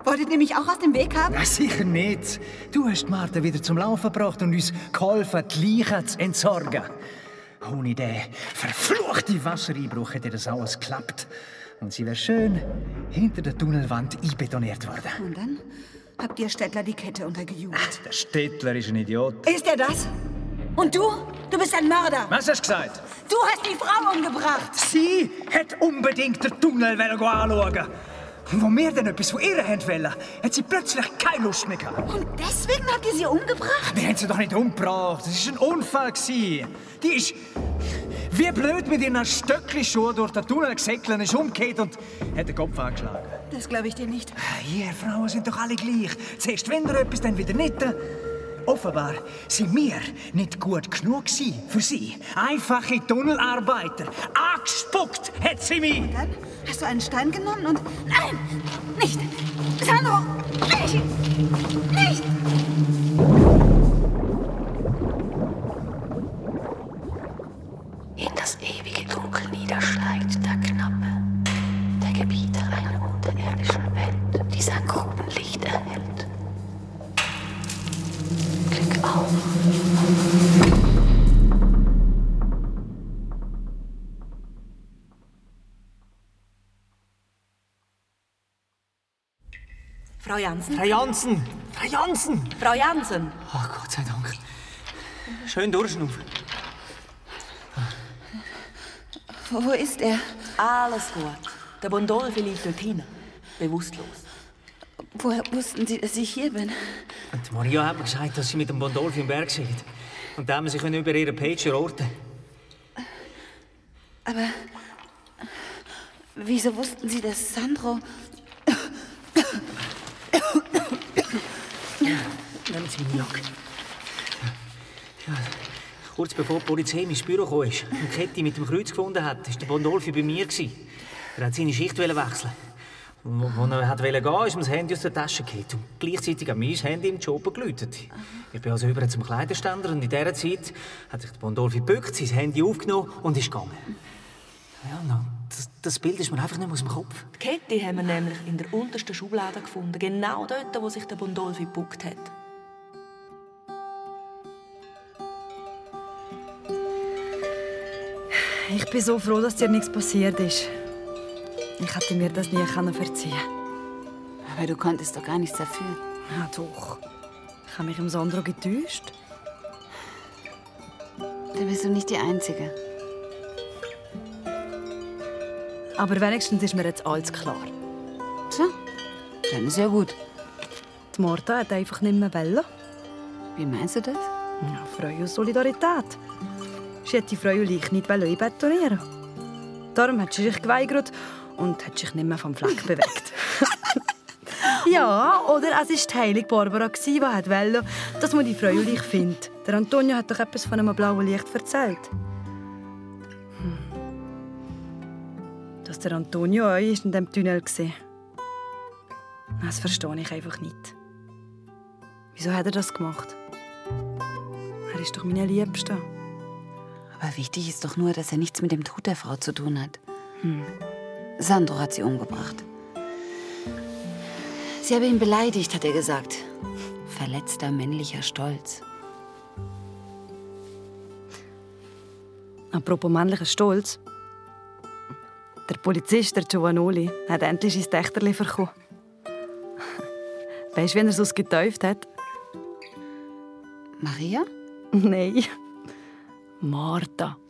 [SPEAKER 2] Wolltet ihr mich auch aus dem Weg haben?
[SPEAKER 13] Na, sicher nicht. Du hast die Martha wieder zum Laufen gebracht und uns geholfen, die Leichen zu entsorgen. Ohne den verfluchten Wassereinbruch hätte das alles geklappt. Und sie wäre schön hinter der Tunnelwand einbetoniert worden.
[SPEAKER 2] Und dann habt ihr Städtler die Kette untergejubelt.
[SPEAKER 13] Der Städtler ist ein Idiot.
[SPEAKER 2] Ist er das? Und du? Du bist ein Mörder.
[SPEAKER 13] Was hast du gesagt?
[SPEAKER 2] Du hast die Frau umgebracht.
[SPEAKER 13] Sie hat unbedingt den Tunnel wollen go anschauen. Und wo wir denn etwas von ihr haben wollen, hat sie plötzlich keine Lust mehr gehabt.
[SPEAKER 2] Und deswegen habt ihr sie umgebracht?
[SPEAKER 13] Wir haben sie doch nicht umgebracht. Das war ein Unfall. gewesen. Die ist wie blöd mit ihren Stöckelschuhen durch den Tunnel gesäckelt, ist umgekehrt und hat den Kopf angeschlagen.
[SPEAKER 2] Das glaube ich dir nicht.
[SPEAKER 13] Ihr Frauen sind doch alle gleich. Zuerst wenn ihr etwas, dann wieder nicht. Offenbar sind wir nicht gut genug gewesen für sie. Einfache Tunnelarbeiter. Angespuckt hat sie mich.
[SPEAKER 2] Dann hast du einen Stein genommen und... Nein! Nicht! Sandro! Nicht! Nicht!
[SPEAKER 1] In das ewige Dunkel niederschlägt der Knappe, der Gebieter einer unterirdischen Welt, die sein Grubenlicht erhält. Glück auf!
[SPEAKER 17] Frau Jansen?
[SPEAKER 9] Frau Jansen! Frau Jansen!
[SPEAKER 17] Frau Jansen?
[SPEAKER 9] Ach, Ah, Gott sei Dank. Schön durchschnaufen.
[SPEAKER 17] Wo, ist er? Alles gut. Der Bondol verlief dort hin. Bewusstlos.
[SPEAKER 22] Woher wussten Sie, dass ich hier bin?
[SPEAKER 9] Die Maria hat mir gesagt, dass sie mit dem Bondolfi im Berg sind. Und da haben sie können über ihre Page orten.
[SPEAKER 22] Aber wieso wussten Sie, dass Sandro...
[SPEAKER 9] Nehmen Sie meine Jacke. Ja, kurz bevor die Polizei in mein Büro kam und die Kette mit dem Kreuz gefunden hat, war der Bondolfi bei mir. gewesen. Er hat seine Schicht wechseln. Und wo- wo er hat gehen wollte, ist ihm das Handy aus der Tasche geholt und gleichzeitig an mein Handy im Job geläutet. Ich bin also über zum Kleiderständer und in dieser Zeit hat sich der Bondolfi gebückt, sein Handy aufgenommen und ist gegangen. Ja, na, das, das Bild ist mir einfach nicht mehr aus dem Kopf.
[SPEAKER 17] Die Kette haben wir nämlich in der untersten Schublade gefunden, genau dort, wo sich der Bondolfi gebuckt hat.
[SPEAKER 3] Ich bin so froh, dass dir nichts passiert ist. Ich hätte mir das nie können verziehen
[SPEAKER 2] Aber du konntest doch gar nichts dafür.
[SPEAKER 3] Ja, Ah, doch. Ich habe mich im Sandro getäuscht.
[SPEAKER 2] Da bist du nicht die Einzige.
[SPEAKER 3] Aber wenigstens ist mir jetzt alles klar.
[SPEAKER 2] So, dann ist ja gut.
[SPEAKER 3] Die Martha hat einfach nicht mehr wollen.
[SPEAKER 2] Wie meinst du das?
[SPEAKER 3] Ja, Freude und Solidarität. Sie hätte die Freude leicht nicht wollen einbetonieren Darum hat sie sich geweigert und hat sich nicht mehr vom Fleck
[SPEAKER 2] *laughs*
[SPEAKER 3] bewegt. ja, oder es war die heilige Barbara, gewesen, die hat wollen, dass man die Freude leicht findet. Der Antonio hat doch etwas von einem blauen Licht erzählt. Hm. Dass der Antonio auch ist in diesem Tunnel war. Das verstehe ich einfach nicht. Wieso hat er das gemacht? Er ist doch meine Liebste.
[SPEAKER 2] Aber wichtig ist doch nur, dass er nichts mit dem Tod der Frau zu tun hat.
[SPEAKER 3] Hm.
[SPEAKER 2] Sandro hat sie umgebracht. Sie habe ihn beleidigt, hat er gesagt. Verletzter männlicher Stolz.
[SPEAKER 3] Apropos männlicher Stolz. Der Polizist, der Giovanoli, hat endlich sein Tächterli bekommen. *laughs* Weißt du, wen er sonst getäuft hat?
[SPEAKER 2] Maria?
[SPEAKER 3] *laughs* Nein. Martha.